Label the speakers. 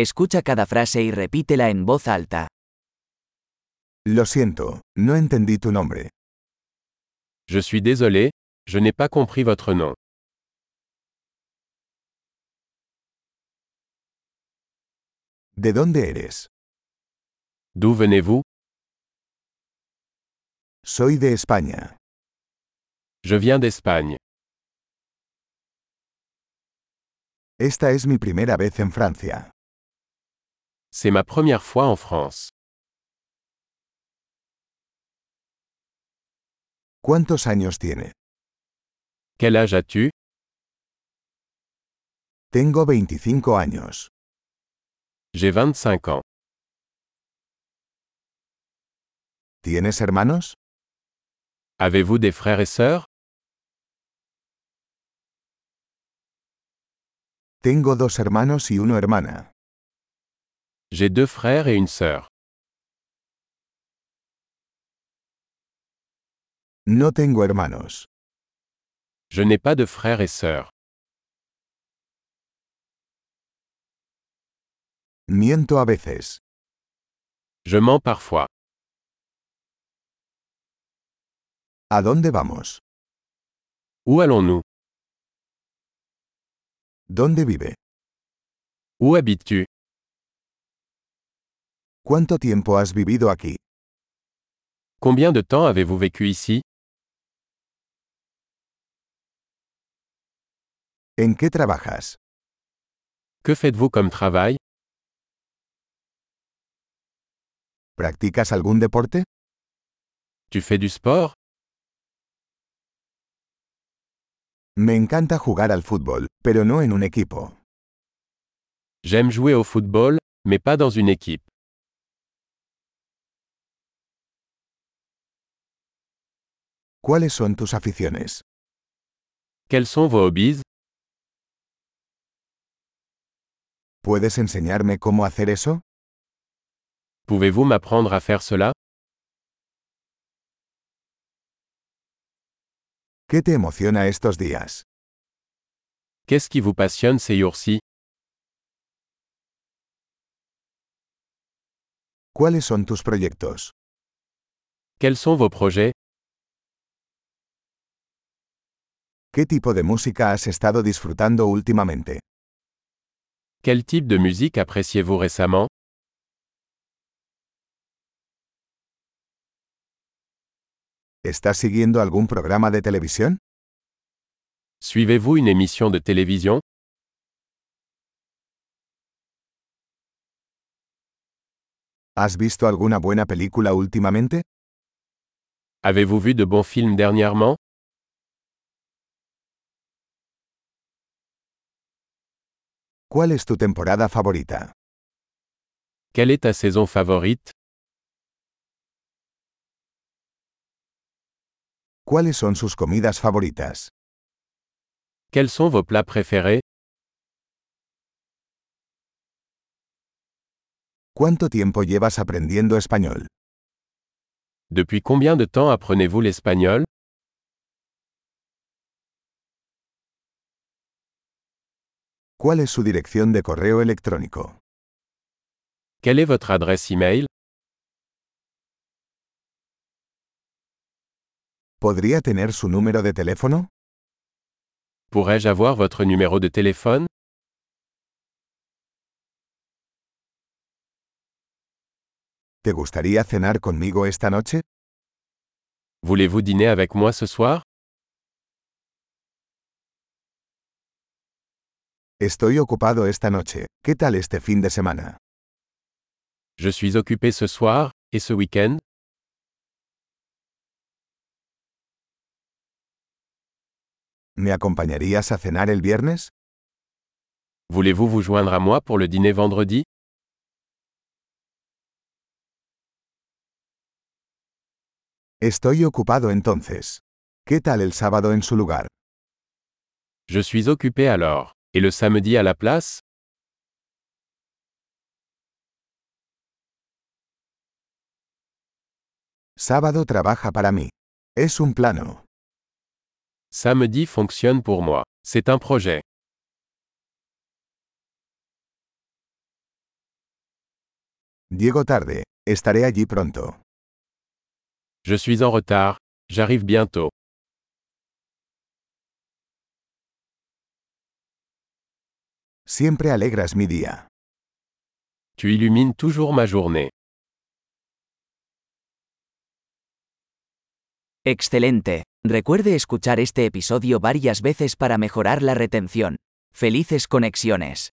Speaker 1: Escucha cada frase y repítela en voz alta.
Speaker 2: Lo siento, no entendí tu nombre.
Speaker 3: Je suis désolé, je n'ai pas compris votre nom.
Speaker 2: ¿De dónde eres?
Speaker 3: D'où venez-vous
Speaker 2: Soy de España.
Speaker 3: Je viens d'Espagne.
Speaker 2: Esta es mi primera vez en Francia.
Speaker 3: C'est ma première fois en France.
Speaker 2: ¿Cuántos años tiene?
Speaker 3: Quel âge as-tu
Speaker 2: Tengo 25 años.
Speaker 3: J'ai 25 ans.
Speaker 2: ¿Tienes hermanos?
Speaker 3: Avez-vous des frères et sœurs
Speaker 2: Tengo dos hermanos y una hermana.
Speaker 3: J'ai deux frères et une sœur.
Speaker 2: No tengo hermanos.
Speaker 3: Je n'ai pas de frères et sœurs.
Speaker 2: Miento a veces.
Speaker 3: Je mens parfois.
Speaker 2: ¿A dónde vamos?
Speaker 3: Où allons-nous
Speaker 2: ¿Dónde vive?
Speaker 3: Où habites-tu
Speaker 2: ¿Cuánto tiempo has vivido aquí?
Speaker 3: Combien de temps avez-vous vécu ici
Speaker 2: ¿En qué trabajas?
Speaker 3: Que faites-vous comme travail
Speaker 2: ¿Practicas algún deporte?
Speaker 3: Tu fais du sport
Speaker 2: Me encanta jugar al fútbol, pero no en un equipo.
Speaker 3: J'aime jouer au football, mais pas dans une équipe.
Speaker 2: ¿Cuáles son tus aficiones?
Speaker 3: Quels sont vos hobbies
Speaker 2: ¿Puedes enseñarme cómo hacer eso?
Speaker 3: Pouvez-vous m'apprendre à faire cela
Speaker 2: ¿Qué te emociona estos días?
Speaker 3: Qu'est-ce qui vous passionne ces jours-ci
Speaker 2: ¿Cuáles son tus proyectos?
Speaker 3: Quels sont vos projets
Speaker 2: ¿Qué tipo de música has estado disfrutando últimamente?
Speaker 3: Quel type de musique appréciez-vous récemment
Speaker 2: ¿Estás siguiendo algún programa de televisión?
Speaker 3: Suivez-vous une émission de télévision
Speaker 2: ¿Has visto alguna buena película últimamente?
Speaker 3: Avez-vous vu de bons films dernièrement
Speaker 2: ¿Cuál es tu temporada favorita?
Speaker 3: Quelle est ta saison favorite
Speaker 2: ¿Cuáles son sus comidas favoritas?
Speaker 3: Quels sont vos plats préférés
Speaker 2: ¿Cuánto tiempo llevas aprendiendo español?
Speaker 3: Depuis combien de temps apprenez-vous l'espagnol
Speaker 2: ¿Cuál es su dirección de correo electrónico?
Speaker 3: Quelle est votre adresse e-mail
Speaker 2: ¿Podría tener su número de teléfono?
Speaker 3: Pourrais-je avoir votre numéro de téléphone
Speaker 2: ¿Te gustaría cenar conmigo esta noche?
Speaker 3: Voulez-vous dîner avec moi ce soir
Speaker 2: Estoy ocupado esta noche. ¿Qué tal este fin de semana?
Speaker 3: Je suis occupé ce soir, et ce week-end
Speaker 2: ¿Me acompañarías a cenar el viernes?
Speaker 3: Voulez-vous vous joindre à moi pour le dîner vendredi
Speaker 2: Estoy ocupado entonces. ¿Qué tal el sábado en su lugar?
Speaker 3: Je suis occupé alors. Et le samedi à la place
Speaker 2: Sábado trabaja para mí. Es un plano.
Speaker 3: Samedi fonctionne pour moi. C'est un projet.
Speaker 2: Llego tarde, estaré allí pronto.
Speaker 3: Je suis en retard, j'arrive bientôt.
Speaker 2: Siempre alegras mi día.
Speaker 3: Tu illumines toujours ma journée.
Speaker 1: Excelente. Recuerde escuchar este episodio varias veces para mejorar la retención. Felices conexiones.